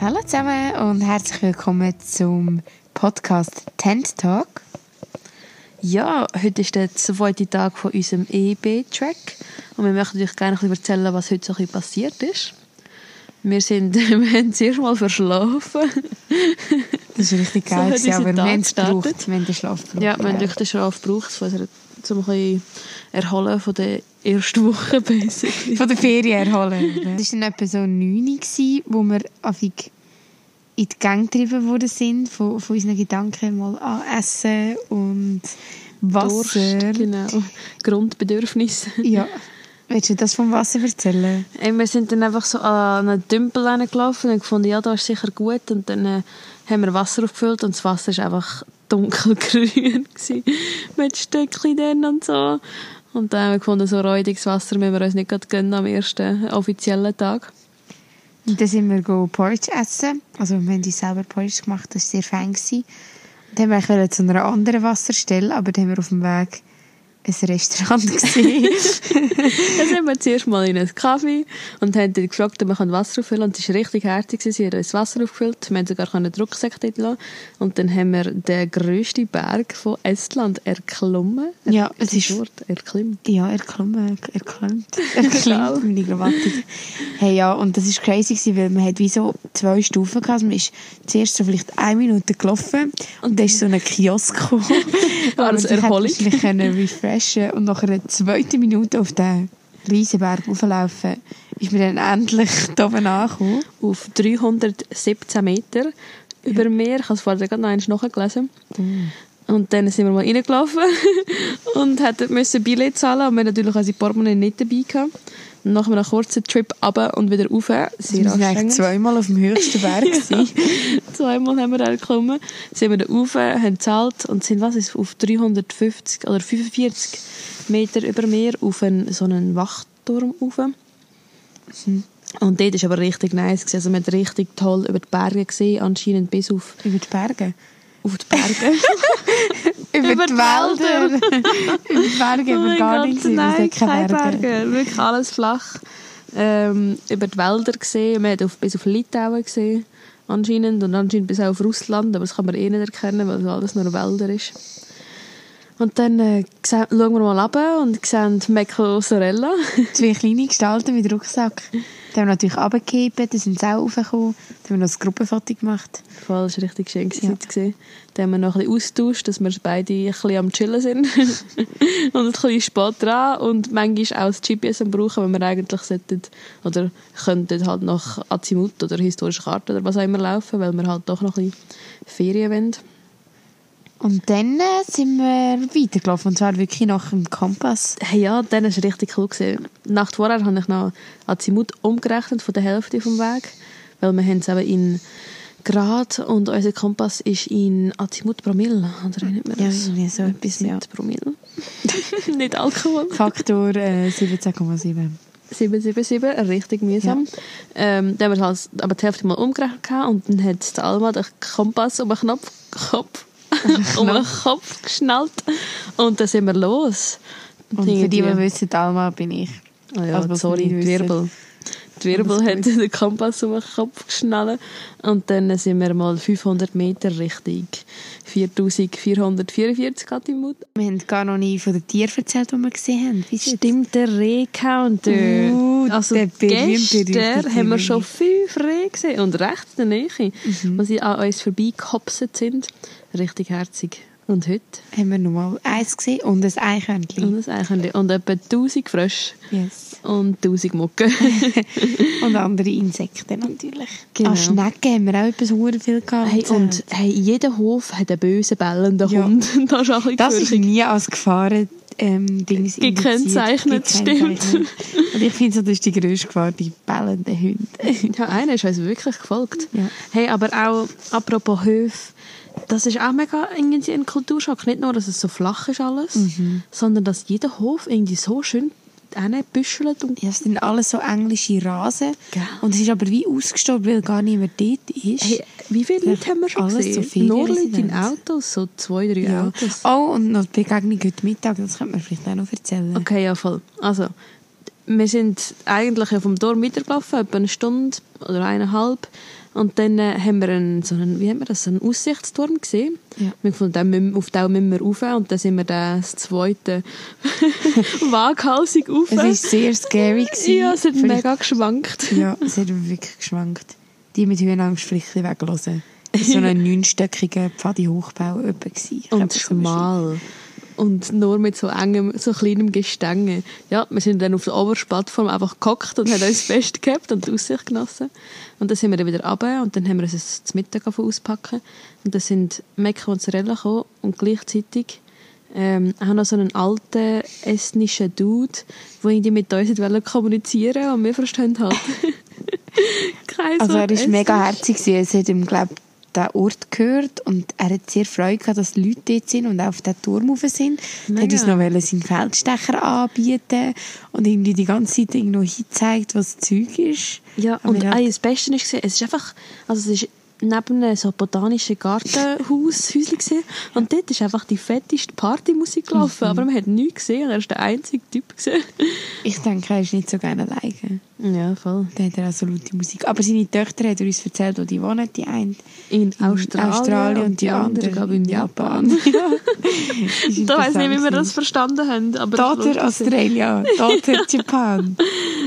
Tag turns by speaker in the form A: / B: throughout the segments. A: Hallo zusammen und herzlich willkommen zum Podcast Tent Talk.
B: Ja, heute ist der zweite Tag von unserem EB-Track und wir möchten euch gerne ein bisschen erzählen, was heute so ein bisschen passiert ist. Wir, sind, wir haben zuerst mal verschlafen.
A: Das war richtig
B: So
A: geil,
B: hat
A: gewesen,
B: unser
A: aber wir
B: Tag
A: haben es
B: gestartet.
A: gebraucht. Wir haben den Schlaf gebraucht.
B: Ja, wir haben wirklich den Schlaf gebraucht, um uns zum ein bisschen erholen von der ersten Woche. Basically.
A: Von der Ferien erholen. oder? Es war dann etwa so 9 Uhr, gewesen, wo wir anfing in die Gang getrieben worden sind, von, von unseren Gedanken mal an Essen und Wasser.
B: Durst, genau. Grundbedürfnisse.
A: Ja. Willst du das vom Wasser erzählen?
B: Ey, wir sind dann einfach so an einen Dümpel gelaufen und gefunden, ja, da ist sicher gut. Und dann äh, haben wir Wasser aufgefüllt und das Wasser war einfach dunkelgrün. gewesen. Mit Stöckchen drin und so. Und dann haben wir gefunden, so räudiges Wasser müssen wir uns nicht gerade gönnen am ersten offiziellen Tag.
A: Und dann sind wir go Porridge essen. Also wir haben uns selber Porridge gemacht, das war sehr fein. gewesen. Und dann wollten wir eigentlich zu einer anderen Wasserstelle, aber dann haben wir auf dem Weg ein Restaurant gesehen.
B: Dann sind wir zuerst mal in einen Kaffee und haben dann gefragt, ob wir Wasser auffüllen können. Und es war richtig herzig. gewesen. Sie haben uns Wasser aufgefüllt. Wir haben sogar einen Rucksack dort lassen. Und dann haben wir den grössten Berg von Estland erklommen.
A: Ja, es
B: das ist
A: ist-
B: das Wort. Erklimmt.
A: ja, er klimmt, er klimmt. Er klimmt meine Grammatik. Hey ja, und das war crazy, gewesen, weil man hat wie so zwei Stufen gehabt. Also Man ist zuerst so vielleicht eine Minute gelaufen und dann ist so ein Kiosk gekommen.
B: War das
A: Und ich hätte
B: Erholung?
A: wahrscheinlich können refreshen und nach einer zweiten Minute auf den Riesenberg rauflaufen, ist mir dann endlich da oben angekommen.
B: auf 317 Meter über Meer. Ich habe es vorher gerade noch eins nachgelesen. Und dann sind wir mal reingelaufen und hätten müssen Billett zahlen und wir natürlich unsere Portemonnaie nicht dabei gehabt. Und nach einem kurzen Trip runter und wieder rauf,
A: Wir
B: sehr
A: waren eigentlich
B: anstrengend.
A: zweimal auf dem höchsten Berg.
B: Ja. Zweimal haben wir da gekommen, sind wir da rauf, haben gezahlt und sind was ist auf 350 oder 45 Meter über Meer auf einen, so einen Wachturm rauf. Und dort war aber richtig nice. gewesen. Also man hat richtig toll über die Berge gesehen, anscheinend bis auf,
A: Über die Berge.
B: auf die Berge.
A: Über,
B: Über
A: die
B: die Oh
A: Wälder. über die Berge, über gar nichts. über
B: nein,
A: es hat
B: keine Berge. Wirklich alles flach. Ähm, über die Wälder gesehen, man hat auf, bis auf Litauen gesehen anscheinend und anscheinend bis auch auf Russland, aber das kann man eh nicht erkennen, weil es alles nur Wälder ist. Und dann äh, gse- schauen wir mal runter und sehen Mecco Sorella.
A: Zwei kleine Gestalten mit Rucksack. Die haben wir natürlich runtergehebt, dann sind sie auch raufgekommen. Dann haben wir noch ein Gruppenfoto gemacht.
B: Voll, das war richtig schön,
A: Ja.
B: ja. zu sehen. Dann haben wir noch ein bisschen austauscht, dass wir beide ein bisschen am Chillen sind. und ein bisschen spät dran. Und manchmal auch das GPS am brauchen, wenn wir eigentlich sollten, oder könnten halt nach Azimut oder historische Karte oder was auch immer laufen, weil wir halt doch noch ein bisschen Ferien wollen.
A: Und dann äh, sind wir weitergelaufen. Und zwar wirklich nach dem Kompass.
B: Hey, ja, dann war es richtig cool. Gewesen. Die Nacht vorher habe ich noch Azimut umgerechnet von der Hälfte vom Weg, weil wir haben es eben in Grad und unser Kompass ist in Azimut Promille, oder wie nennt man
A: Ja,
B: das?
A: irgendwie so etwas,
B: mit
A: ja.
B: Promille. nicht Alkohol.
A: Faktor äh, 17,7.
B: 777, richtig mühsam. Ähm, dann haben wir es halt aber die Hälfte mal umgerechnet gehabt und dann hat der Alma den Kompass um den Knopf, Kopf, um den Kopf geschnallt und dann sind wir los.
A: Und für die, die
B: Irgendwie-
A: wissen, Alma bin ich.
B: Ah ja,
A: Also, was
B: sorry,
A: wir
B: die
A: nicht
B: Wirbel. Die Wirbel haben den Kompass um den Kopf geschnallt. Und dann sind wir mal 500 Meter Richtung 4444 Atimut.
A: Wir haben gar noch nie von den Tieren erzählt, die wir gesehen haben. Wie ist
B: Stimmt, der Rehcounter.
A: Uh,
B: also
A: der berühmte,
B: gestern
A: berühmte
B: haben wir
A: Reh.
B: schon fünf Rehe gesehen. Und recht in der Nähe, wo sie an uns vorbeigehopset sind. Richtig herzig. Und heute?
A: haben wir noch mal eins gesehen und ein Eichhörnchen.
B: Und, ein Eichhörnchen. und etwa 1000 Frösche
A: Yes.
B: und 1000 Mucken.
A: Und andere Insekten natürlich.
B: Genau.
A: An Schnecken haben wir auch etwas hure viel gehabt.
B: Hey, und hey, jeder Hof hat einen bösen, bellenden
A: Ja.
B: Hund. Das ist auch ein bisschen
A: das ist
B: gefährlich.
A: nie als Gefahren ähm, Dings
B: Gekennzeichnet,
A: indiziert. Und ich finde, so, das ist die grösste Gefahr, die bellenden Hunde.
B: ja, einer ist uns wirklich gefolgt.
A: Ja.
B: Hey, aber auch, apropos Höfe, das ist auch mega irgendwie ein Kulturschock. Nicht nur, dass es so flach ist alles,
A: Mhm.
B: sondern dass jeder Hof irgendwie so schön hinbüschelt und
A: Ja, es sind alles so englische Rasen.
B: Gell.
A: Und es ist aber wie ausgestorben, weil gar niemand dort ist.
B: Hey, wie viele
A: Vielleicht
B: Leute haben wir schon
A: alles
B: gesehen?
A: so Ferien-
B: nur Leute in
A: Residenz.
B: Autos, so zwei, drei
A: ja.
B: Autos.
A: Oh, und noch die Begegnung heute Mittag, das könnte man vielleicht auch noch erzählen.
B: Okay, ja voll. Also, wir sind eigentlich vom Dorm weitergelaufen, etwa eine Stunde oder eineinhalb. Und dann äh, haben wir einen, so einen, wie haben wir das, einen Aussichtsturm gesehen.
A: Ja.
B: Wir haben gefunden, den müssen, auf den müssen wir rauf. Und dann sind wir dann das zweite waghalsig rauf.
A: Es war sehr scary. gewesen.
B: ja, es hat
A: Vielleicht-
B: mega geschwankt.
A: Ja, es hat wirklich geschwankt. Die mit Höhenangst vielleicht ein bisschen weglassen. So einen neunstöckigen Pfadi Hochbau etwa gewesen. Ich glaube,
B: Und
A: so beschrieben.
B: schmal. Und nur mit so engem, so kleinem Gestänge. Ja, wir sind dann auf der obersten Plattform einfach gehockt und haben uns festgehabt und die Aussicht genossen. Und dann sind wir dann wieder runter und dann haben wir uns das zum Mittag angefangen auspacken. Und dann sind Mekka und Zarella gekommen und gleichzeitig ähm, haben noch so einen alten estnischen Dude, der irgendwie mit uns nicht wollte kommunizieren und wir verstehen halt. Kein
A: Also er
B: Wort
A: war
B: Estnisch.
A: mega herzig. gewesen. Es hat ihm, glaube ich, den Ort gehört und er hat sehr Freude gehabt, dass Leute dort sind und auch auf den Turm rauf sind. Er hat
B: Mega.
A: uns noch wollen seinen Feldstecher anbieten und irgendwie die ganze Zeit noch hingezeigt, was das Zeug ist.
B: Ja,
A: Aber
B: und
A: wir
B: ja.
A: haben-
B: das Beste war, es ist einfach, also es ist neben einem so botanischen Gartenhaus, Häuschen gewesen, und dort ist einfach die fetteste Partymusik gelaufen, aber man hat nichts gesehen und er war der einzige Typ. Gewesen.
A: ich denke, er ist nicht so gerne alleine.
B: Ja, voll.
A: Da hat er auch so laute Musik. Aber seine Töchter hat er uns erzählt, wo die wohnen, die eine.
B: In
A: in
B: Australien,
A: Australien und die andere,
B: glaube
A: glaube
B: ich, in Japan.
A: Ich
B: Da weiss nicht, wie wir das verstanden haben, aber das war
A: Daughter
B: lustig.
A: Australia, Daughter Japan.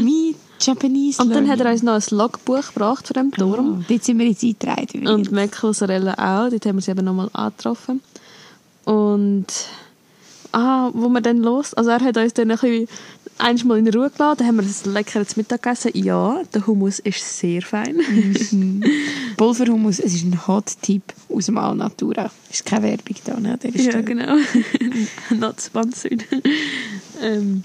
A: Me Japanese.
B: Und dann hat
A: learning.
B: er uns noch ein Logbuch gebracht von dem Turm.
A: Ah, dort sind wir jetzt eingetragen.
B: Und Meckel Sorella auch, dort haben wir sie eben nochmal angetroffen. Und ah, wo wir dann los, also er hat uns dann ein bisschen eins mal in Ruhe gelassen, dann haben wir das leckeres Mittag gegessen. Ja, der Hummus ist sehr fein.
A: Pulverhummus, es ist ein Hot Tip aus dem Alnatura. Ist keine Werbung da, ne? an dieser
B: ja,
A: Stelle.
B: genau. Not sponsored. ähm,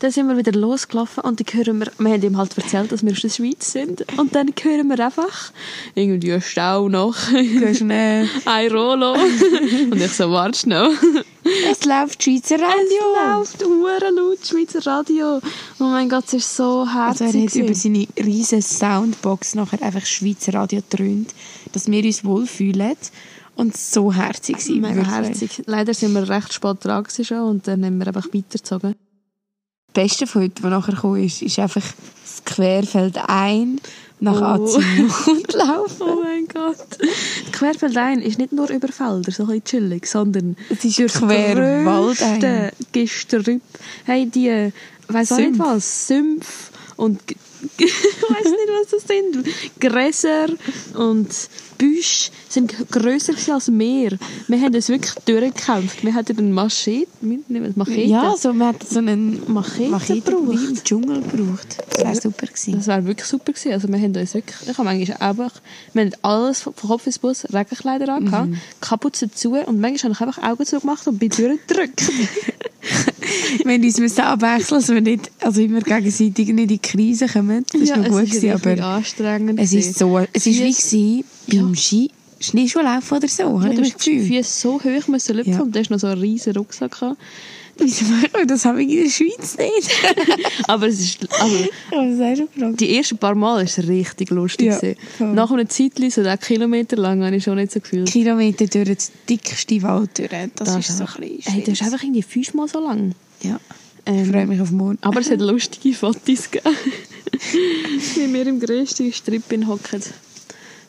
B: dann sind wir wieder losgelaufen und dann hören wir, wir haben ihm halt erzählt, dass wir aus der Schweiz sind und dann hören wir einfach irgendwie einen Stau noch,
A: Geh schnell.
B: ein Rolo und ich so, warte schnell.
A: Es läuft Schweizer
B: Es
A: Radio.
B: läuft hure laut Schweizer Radio. Oh mein Gott, es ist so
A: Also er
B: herzig.
A: hat über
B: gewesen.
A: seine riesige Soundbox nachher einfach Schweizer Radio getrönt, dass wir uns wohlfühlen und so herzig sind.
B: Mega
A: wirklich.
B: herzig. Leider sind wir recht spät dran gewesen schon und dann haben wir einfach weitergezogen.
A: Das Beste von heute, was nachher gekommen ist, ist einfach das Querfeld ein, nach
B: Oh.
A: Azimut laufen.
B: Oh mein Gott. Querfeldein ist nicht nur über Felder, so ein bisschen chillig, sondern
A: Es ist quer Wald ein.
B: grösste Gestrüpp. Hey, die, äh, weiß auch nicht
A: Sümpf.
B: was, Sümpf und G- ich weiß nicht, was das sind. Gräser und Büsche sind g- grösser gewesen als Meer. Wir haben uns wirklich durchgekämpft. Wir hatten einen Machete, mit- nicht mit Machete.
A: Ja, so, man hat so einen
B: Machete
A: Machete
B: gebraucht.
A: im Dschungel gebraucht. Das wäre super gewesen.
B: Das war wirklich super gewesen. Also wir haben uns wirklich, ich habe manchmal einfach, wir haben alles von von Kopf bis Bus Regenkleider an, gehabt, Kapuze zu und manchmal habe ich einfach Augen zugemacht und bin durchgedrückt.
A: Wir haben uns müssen abwechseln, dass wir nicht, also immer gegenseitig nicht in die Krise kommen. Das ist noch gut
B: es
A: gewesen,
B: richtig
A: aber
B: anstrengend.
A: es ist so, es ist wie gewesen, beim Ski, Schneeschuhlaufen oder so, habe
B: Ja,
A: ich
B: du
A: das
B: hast die
A: Gefühl.
B: Füße so hoch müssen lüpfen
A: Ja.
B: und du hast noch so einen riesen Rucksack gehabt.
A: Wieso machen wir das haben wir in der Schweiz nicht?
B: Aber es ist, also,
A: Was hast du gefragt?
B: die ersten paar Mal ist es richtig lustig
A: Ja,
B: gewesen.
A: voll.
B: Nach einer Zeit, so einen Kilometer lang, habe ich schon nicht so gefühlt.
A: Kilometer durch den dicksten Wald durch. Das, ist so
B: einfach-
A: ein bisschen
B: Hey, das ist
A: schwierig.
B: einfach irgendwie fünfmal so lang.
A: dus Ja. Ich
B: Ähm,
A: freue mich auf morgen.
B: Aber es hat lustige Fotos gegeben. Wie wir im grössten Strippin hocken.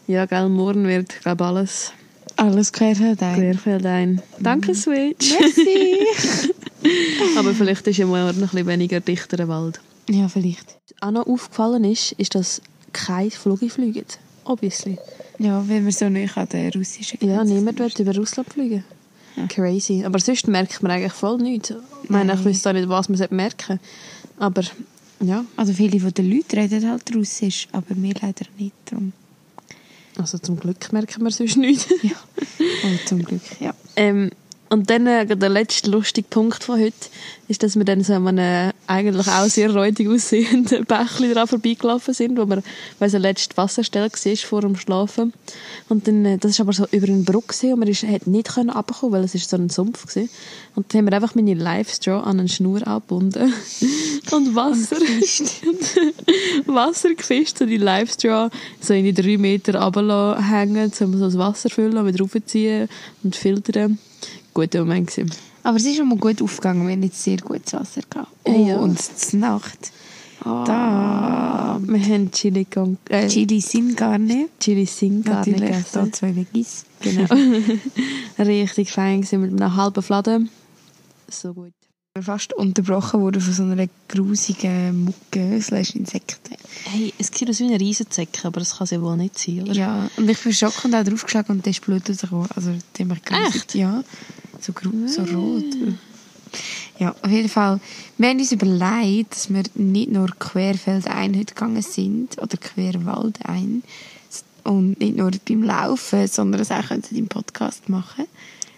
B: Ja, gell, morgen wird, glaube alles
A: Alles gehört ein.
B: querfeld ein. Danke,
A: Mhm.
B: Switch.
A: Merci.
B: Aber vielleicht ist ja morgen noch ein bisschen weniger dichterer Wald.
A: ja, vielleicht.
B: Was auch noch aufgefallen ist, ist, dass keine Flüge fliegen. Obviously.
A: Ja, wenn wir so nicht an der russischen
B: Ja,
A: Grenze
B: niemand wird über Russland fliegen. Crazy. Aber sonst merkt man eigentlich voll nichts. Ich meine, ich
A: Nein.
B: wüsste auch nicht, was man merken sollte. Aber, ja,
A: Also viele von den Leuten reden halt russisch, aber wir leider nicht. Drum.
B: also zum Glück merken wir sonst nichts.
A: Ja. Oh, zum Glück, ja.
B: Ähm, und dann äh, der letzte lustige Punkt von heute ist, dass wir dann so an einem eigentlich auch sehr räudig aussehenden Bächli dran vorbeigelaufen sind, wo wir, weil es eine letzte Wasserstelle war vor dem Schlafen. Und dann, äh, das ist aber so über einen Bruch gewesen, und man ist, hat nicht können runterkommen, weil es ist so ein Sumpf gewesen. Und dann haben wir einfach meine Livestraw an eine Schnur angebunden. und Wasser, Wasser gefischt, so die Livestraw so in die drei Meter runterlassen, hängen, um so das Wasser zu füllen, und wieder raufziehen und filtern. Guter Moment gewesen.
A: Aber es ist schon mal gut aufgegangen, wir haben jetzt sehr gutes Wasser gehabt.
B: Ja,
A: Oh,
B: ja.
A: und zur Nacht. Da.
B: Wir haben Chili con... Äh,
A: Ah. Chili sin carne.
B: Chili sin Carne
A: Natürlich, da
B: gegessen.
A: zwei Veggies.
B: Genau. Richtig fein gewesen mit einer halben Fladen. So gut.
A: Fast unterbrochen wurde von so einer grusigen Mucke, slash Insekten.
B: Hey, es sieht aus wie ein Riesenzecke, aber das kann es ja wohl nicht sein, oder?
A: Ja, und ich bin schockiert und auch draufgeschlagen und der ist blutet rausgekommen. Also, den haben wir
B: Echt?
A: Ja. So, grau, so rot. Ja, auf jeden Fall. Wir haben uns überlegt, dass wir nicht nur querfeld ein heute gegangen sind, oder querwald ein, und nicht nur beim Laufen, sondern das auch könnten im Podcast machen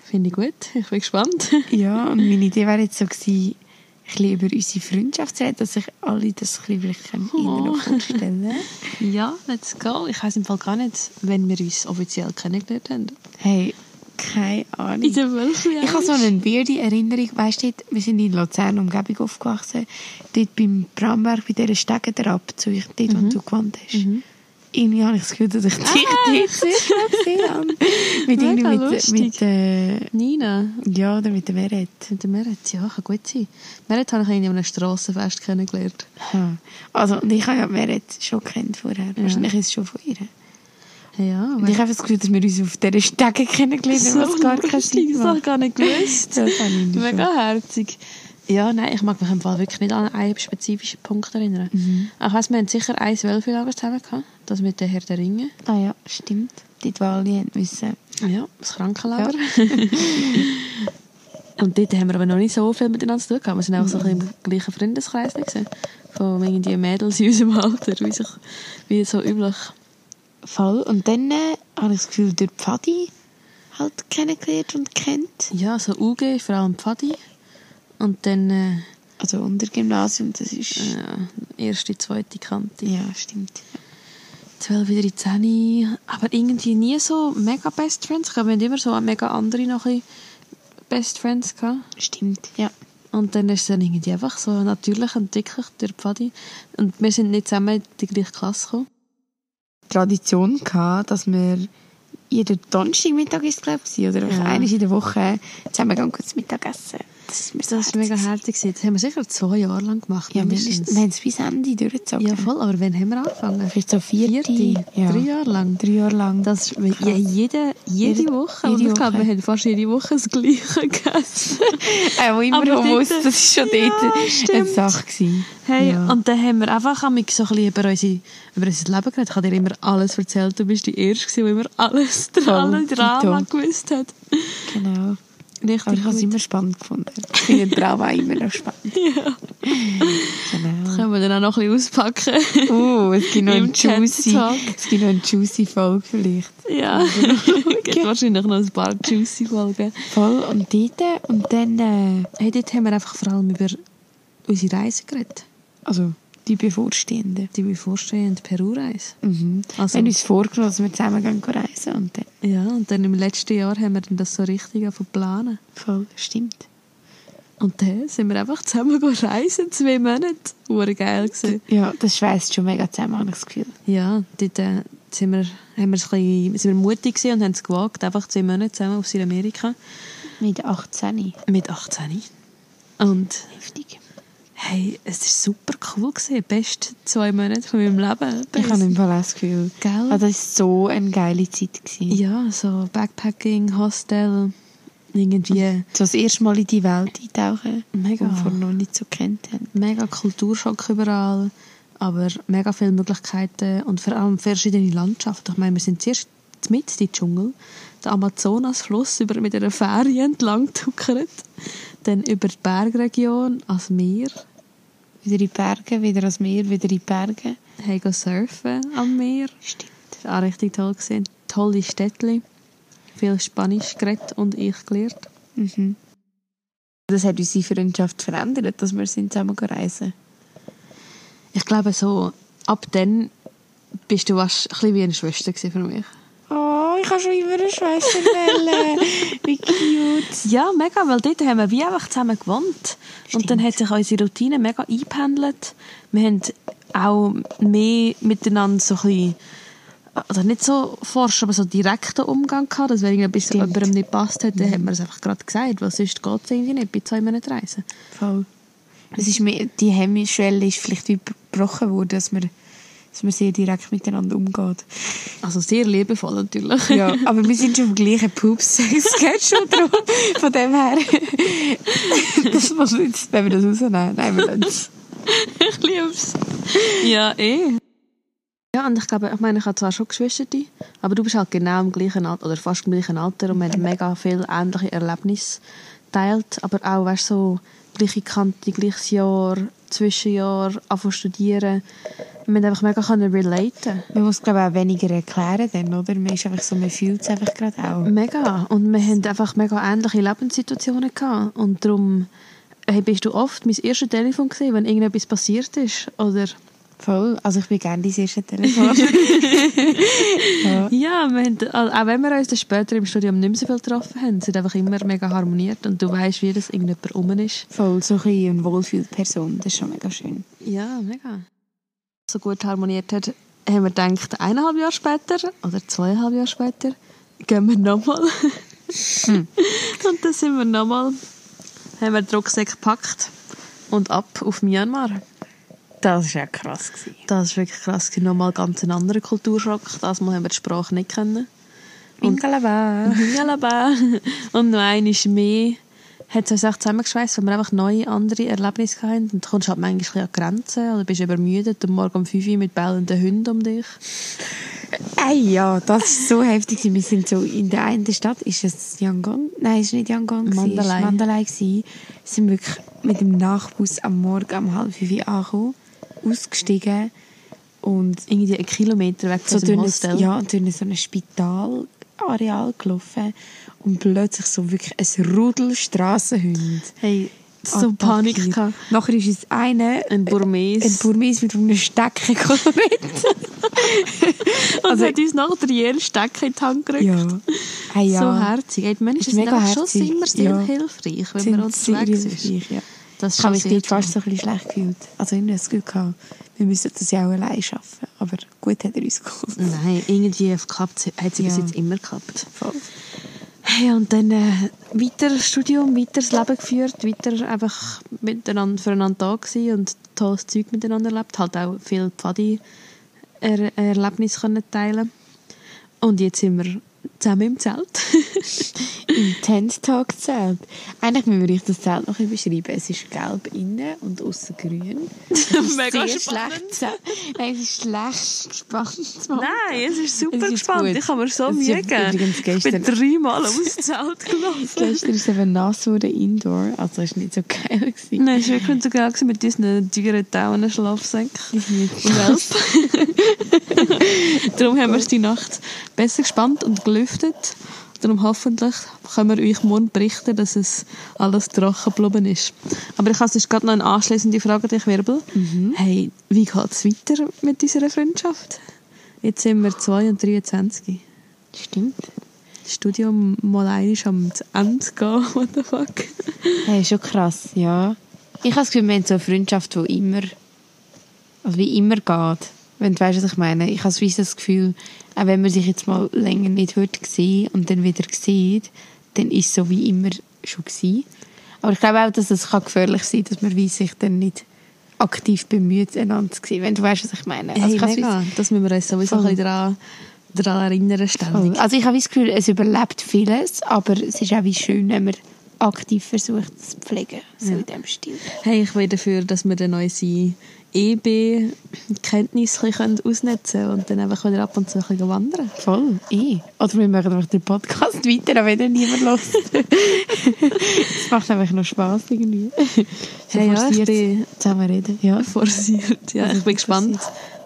B: Finde ich gut. Ich bin gespannt.
A: Ja, und meine Idee wäre jetzt so gewesen, ein bisschen über unsere Freundschaft zu reden, dass sich alle das ein bisschen vielleicht können
B: Oh.
A: innen noch vorstellen
B: ja, let's go. Ich weiß im Fall gar nicht, wenn wir uns offiziell kennengelernt haben.
A: Hey, keine Ahnung.
B: der Wölfe,
A: Ich habe so eine weirde Erinnerung, weißt du, dort- wir sind in Luzern Umgebung aufgewachsen, dort beim Bramberg, bei dieser Stegentrappe, zu euch, dort,
B: Mhm.
A: wo du gewohnt hast. Irgendwie habe ich das Gefühl, dass
B: Ah,
A: ich dich dort zuerst mal gesehen habe. Mit,
B: Mega
A: irgendwie mit,
B: lustig.
A: mit, äh,
B: Nina.
A: ja, oder mit der Meret.
B: Mit der Merit, ja, kann gut sein. Merit habe ich in einem Strassenfest kennengelernt.
A: Ha. Also, und ich habe ja die Meret schon kennt vorher. Wahrscheinlich ist es schon von ihr.
B: Ja,
A: Und ich habe das Gefühl, dass wir uns auf dieser Stege kennengelernt haben, was gar keinen Sinn
B: Das habe ich
A: macht.
B: gar nicht gewusst.
A: Das habe ich nicht
B: Mega herzig. Ja, nein, ich mag mich im Fall wirklich nicht an einen spezifischen Punkt erinnern. Ich weiss, wir haben sicher ein Wölfelager zusammen gehabt. Das mit der Herr der Ringe.
A: Ah ja, stimmt. Dort, wo alle haben müssen.
B: Ja, das Krankenlager. Und dort haben wir aber noch nicht so viel miteinander zu tun gehabt. Wir sind auch so ein bisschen im gleichen Freundeskreis gewesen. Von irgendwie Mädels in unserem Alter, wie, sich, wie so üblich.
A: Voll. Und dann äh, habe ich das Gefühl, durch Pfadi halt kennengelernt und kennt.
B: Ja, so UG, vor allem Pfadi. Und dann äh,
A: Also unter Gymnasium, das ist...
B: ja, erste, zweite Kante.
A: Ja, stimmt.
B: 12, 13, aber irgendwie nie so mega Best Friends. Ich glaube, wir hatten immer so mega andere noch ein bisschen Best Friends. Gehabt.
A: Stimmt, ja.
B: Und dann ist es dann irgendwie einfach so natürlich entwickelt, der Pfadi. Und wir sind nicht zusammen in die gleiche Klasse gekommen.
A: Tradition gehabt, dass wir jeden Donnerstagmittag ist es, glaube ich, oder
B: Ja.
A: einmal in der Woche zusammen gehen kurz Mittag essen. Das ist mir so
B: Das ist mega herzig. gewesen. Das haben wir sicher zwei Jahre lang gemacht.
A: Ja, wir,
B: mindestens.
A: wir haben es bis Ende durchgezogen.
B: ja voll, aber wann haben wir angefangen?
A: Vielleicht so vierte. Ja.
B: Drei Jahre lang.
A: Drei Jahre lang.
B: Das ist ja, jede, jede
A: Jede-
B: Woche.
A: jede
B: und ich glaube,
A: Woche.
B: wir haben fast jede Woche das Gleiche gegessen.
A: Äh, wo immer
B: Aber
A: wo
B: dort-
A: muss, das ist schon
B: Ja,
A: dort eine
B: stimmt.
A: Sache gewesen.
B: Hey,
A: ja.
B: und dann haben wir einfach amig so ein bisschen über, unsere, über unser Leben geredet. Ich habe dir immer alles erzählt. Du bist die Erste, gewesen, die immer alles,
A: Voll,
B: alle Drama
A: Tito.
B: gewusst hat. ah.
A: genau.
B: Richtig
A: Aber ich habe es
B: gut.
A: immer spannend gefunden. Ich finde den Traum auch immer noch spannend. Genau.
B: Können wir dann auch noch ein bisschen auspacken.
A: Oh, es gibt noch
B: Im
A: einen juicy,
B: Chat-Talk.
A: es gibt noch eine juicy Folge vielleicht.
B: ja. Es gibt wahrscheinlich noch ein paar juicy Folgen.
A: Voll und dort und dann, äh,
B: Hey, dort haben wir einfach vor allem über unsere Reise geredet.
A: also die bevorstehenden.
B: Die bevorstehende Peru-Reise.
A: Mhm.
B: Also-
A: Wir haben uns vorgenommen, dass wir zusammen gehen reisen und dann,
B: Ja, und dann im letzten Jahr haben wir dann das so richtig angefangen zu planen.
A: voll, stimmt.
B: Und dann sind wir einfach zusammen gegangen reisen, zwei Monate. War geil gewesen.
A: Ja, das schweißt schon mega zusammen, habe ich das Gefühl.
B: Ja, dort äh, sind wir, haben wir es ein bisschen, sind wir mutig gewesen und haben es gewagt, einfach zwei Monate zusammen auf Südamerika
A: Mit 18.
B: mit 18. Und
A: Heftig.
B: hey, es war super cool. Gewesen. Best zwei Monate von meinem Leben.
A: Ich habe im Fall auch das Gefühl,
B: Gell?
A: ah, das war so eine geile Zeit. Gewesen.
B: Ja, so Backpacking, Hostel, irgendwie
A: So das erste Mal in die Welt eintauchen,
B: Mega.
A: die wir vorher noch nicht so kennt haben.
B: mega Kulturschock überall, aber mega viele Möglichkeiten und vor allem verschiedene Landschaften. Ich meine, wir sind zuerst mit in den Dschungel, den Amazonasfluss über mit einer Fähre entlang tuckert, dann über die Bergregion ans Meer,
A: Wieder in die Berge, wieder ans Meer, wieder in die Berge.
B: hey, go surfen am Meer.
A: Stimmt.
B: Das war auch richtig toll. Gewesen. Tolle Städtchen, viel Spanisch geredet und ich gelernt.
A: Mhm. Das hat unsere Freundschaft verändert, dass wir sind zusammen reisen.
B: Ich glaube so, ab dann bist du fast ein bisschen wie eine Schwester gewesen für mich.
A: Oh, ich kann schon immer eine Schwester wählen. Wie cute.
B: Ja, mega, weil dort haben wir wie einfach zusammen gewohnt.
A: Stimmt.
B: Und dann hat sich unsere Routine mega eingependelt. Wir haben auch mehr miteinander so ein bisschen, also nicht so forsch, aber so direkten Umgang gehabt, dass wenn irgendetwas
A: Stimmt.
B: jemandem nicht passt hat, dann haben wir es einfach gerade gesagt, weil sonst geht es irgendwie nicht bei zwei Monaten Reisen.
A: Voll. Es ist mehr, die Hemmschwelle ist vielleicht wie gebrochen wurde, dass man, dass man sehr direkt miteinander umgeht.
B: Also sehr liebevoll natürlich.
A: Ja, aber wir sind schon auf dem gleichen Pups. Es geht schon darum. Von dem her. Das muss man jetzt, wenn wir das rausnehmen. Nein, wir lassen es.
B: ich lieb's. Ja, eh. Ja, und ich glaube, ich meine, ich habe zwar schon Geschwister, aber du bist halt genau im gleichen Alter, oder fast im gleichen Alter und wir haben mega viele ähnliche Erlebnisse teilt, aber auch, weißt du, so gleiche Kante, gleiches Jahr, Zwischenjahr, anfangen studieren. Wir haben einfach mega können relaten.
A: Man muss, glaube ich, auch weniger erklären dann, oder? Man ist einfach so, man fühlt es einfach gerade auch.
B: Mega. Und wir haben einfach mega ähnliche Lebenssituationen gehabt. Und darum hey, bist du oft mein erstes Telefon gesehen, wenn irgendetwas passiert ist, oder?
A: Voll. Also ich bin gerne dein erste Telefon. ja.
B: Ja, wir haben, also auch wenn wir uns dann später im Studium nicht mehr so viel getroffen haben, sind einfach immer mega harmoniert und du weißt, wie das irgendjemand rum ist.
A: Voll, so ein bisschen eine Wohlfühlperson. Das ist schon mega schön.
B: Ja, mega. So gut harmoniert hat, haben wir gedacht, eineinhalb Jahre später oder zweieinhalb Jahre später gehen wir nochmal. Hm. Und dann sind wir nochmal, haben wir den Rucksack gepackt und ab auf Myanmar.
A: Das war ja krass. Gewesen.
B: Das ist wirklich krass, nochmal ganz ein anderer Kulturschock. Das Mal haben wir die Sprache nicht kennen.
A: Winkelaba.
B: Jalaba. Und noch einmal mehr hat es uns auch zusammengeschweißt, weil wir einfach neue, andere Erlebnisse hatten. Und du kommst halt manchmal ein bisschen an die Grenzen oder bist übermüdet und morgen um 5 Uhr mit bellenden Hunden um dich.
A: Ey, ja, das war so heftig. gewesen. Wir sind so in der einen Stadt, ist es Yangon? Nein, ist nicht Yangon. gewesen, ist
B: Mandalay.
A: Mandalay gewesen. Sind wirklich mit dem Nachbus am Morgen um halb fünf Uhr angekommen, ausgestiegen und
B: Irgendwie einen Kilometer weg
A: so durch
B: von dem
A: ein,
B: Also Hostel.
A: ja, und durch so ein Spitalareal gelaufen und plötzlich so wirklich ein Rudel Strassenhunde.
B: Hey,
A: oh,
B: so Panik
A: Attackiert.
B: gehabt.
A: Nachher ist es einer,
B: Ein
A: ein
B: Burmes.
A: Burmes mit einem Stecken gekommen.
B: Und hat uns noch drei Stecken in die Hand gerückt.
A: ja. Hey, Ah, ja.
B: So herzig. Hey, die Menschen
A: Ist
B: sind
A: mega
B: einfach schon
A: herzig,
B: immer sehr
A: ja.
B: hilfreich, wenn
A: Sind
B: man
A: sehr
B: unterwegs ist.
A: hilfreich, Ja.
B: Das
A: Ich habe mich
B: schon sehr
A: dort fast so ein bisschen schlecht gefühlt. Also ich habe das Gefühl gehabt, wir müssen das ja auch alleine schaffen. Aber gut hat er uns geholfen.
B: Nein, irgendwie klappt, hat sie bis
A: Ja.
B: jetzt immer geklappt.
A: Voll.
B: Hey, und dann äh, weiter Studium, weiter das Leben geführt, weiter einfach miteinander, füreinander da gewesen und tolles Zeug miteinander erlebt. Halt auch viel Pfadi-Erlebnisse können teilen Und jetzt sind wir zusammen im Zelt.
A: Im Tent-Tag-Zelt. Eigentlich müssen wir euch das Zelt noch ein bisschen beschreiben. Es ist gelb innen und außen grün. Es ist
B: Mega
A: sehr
B: spannend.
A: schlecht Zelt. Nein, es ist schlecht spannend.
B: Nein, es ist
A: super gespannt. Ich habe mir so Mühe gegeben. Ich bin
B: dreimal ums Zelt gelaufen.
A: Gestern ist es eben nass geworden, indoor. Also es war nicht so geil. Gewesen.
B: Nein, es war wirklich so geil gewesen mit diesen teuren Taunen Schlafsäcken.
A: Nein.
B: und Welpen. Darum haben wir es die Nacht besser gespannt und gelüftet. Darum hoffentlich können wir euch morgen berichten, dass es alles trocken geblieben ist. Aber ich habe sonst gerade noch eine anschließende Frage an dich, Wirbel. Hey, wie geht es weiter mit unserer Freundschaft? Jetzt sind wir 2 und 23.
A: Stimmt.
B: Das Studium mal einiges am Ende gehen, what the fuck.
A: Hey, schon krass, ja. Ich habe das Gefühl, wir haben so eine Freundschaft, die immer, also wie immer geht. Wenn du weißt, was ich meine. Ich habe so das Gefühl, auch wenn man sich jetzt mal länger nicht hört gesehen und dann wieder sieht, dann ist es so wie immer schon gewesen. Aber ich glaube auch, dass es kann gefährlich sein kann, dass man wie sich dann nicht aktiv bemüht, einander zu sehen, wenn du weißt, was ich meine. Also
B: Hey,
A: ich habe so
B: mega. Das müssen wir uns sowieso ein
A: Voll.
B: bisschen daran, daran erinnern,
A: Voll.
B: ständig.
A: Also ich habe das Gefühl, es überlebt vieles, aber es ist auch wie schön, wenn man aktiv versucht, es zu pflegen. So in dem Stil.
B: Hey, ich bin dafür, dass wir dann unsere EB-Kenntnisse ein bisschen ausnutzen können und dann einfach wieder ab und zu ein bisschen wandern.
A: Voll, eh. Oder wir machen einfach den Podcast weiter, auch wenn er niemand hört. Es macht einfach noch Spaß irgendwie. So
B: Hey, ja, ich
A: forciert
B: bin-
A: zusammen reden. Ja.
B: Forciert. Ja, Also ich bin gespannt,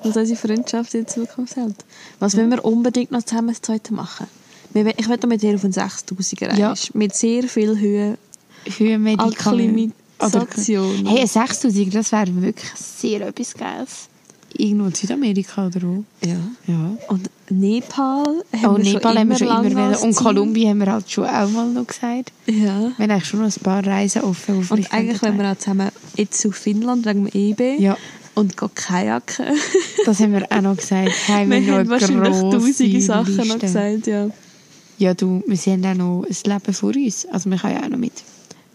B: was unsere Freundschaft in Zukunft hält. Was wollen wir unbedingt noch zusammen das zweite machen? Wir we- Ich will noch mit dir auf einen 6000er rein.
A: Ja.
B: Mit sehr viel Höhe.
A: Höhenmedikamente.
B: Akklimatisation.
A: Hey, ein 6000, das wäre wirklich sehr etwas Geiles. Irgendwo in Südamerika oder wo?
B: Ja.
A: Ja.
B: Und Nepal haben
A: Oh,
B: wir
A: Nepal
B: schon
A: haben
B: immer,
A: wir schon
B: lange
A: immer
B: als
A: wollen. Und
B: Ziel.
A: Kolumbien haben wir halt schon auch mal noch gesagt.
B: Ja.
A: Wir haben eigentlich schon noch ein paar Reisen offen. die
B: Und
A: vielleicht
B: eigentlich
A: noch
B: wollen wir auch zusammen jetzt zu Finnland wegen dem EB
A: Ja.
B: und gehen kajaken.
A: Das haben wir auch noch gesagt. Hey,
B: Wir
A: noch
B: haben
A: eine
B: wahrscheinlich
A: grosse
B: tausende Sachen noch
A: Liste.
B: gesagt, ja.
A: Ja, du, wir haben auch noch ein Leben vor uns. Also wir können ja auch noch mit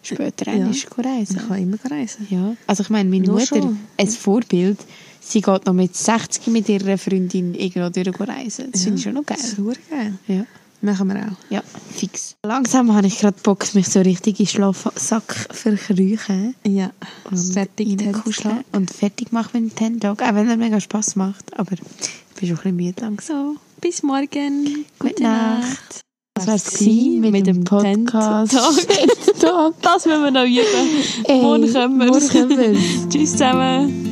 A: später
B: Ja.
A: ja. reisen.
B: kann immer reisen.
A: Ja. Also ich meine, meine
B: Nur
A: Mutter,
B: schon.
A: ein Vorbild, sie geht noch mit 60 mit ihrer Freundin irgendwo durchreisen. Das finde ich schon noch
B: Das
A: geil.
B: ist verdammt geil.
A: Ja.
B: Machen wir auch.
A: ja, fix. Langsam habe ich gerade Bock, mich so richtig in den Schlafsack verkriechen.
B: Ja.
A: und
B: Fertig.
A: reinkuscheln Und fertig machen mit dem Tag. Auch wenn er mega Spass macht. Aber ich bin schon ein bisschen müde langsam.
B: So, bis morgen.
A: Gute Nacht. Das war es mit, mit dem Podcast.
B: Tent-Tag. Das müssen wir noch üben.
A: Ey,
B: morgen kommen wir.
A: morgen kommen wir.
B: Tschüss zusammen.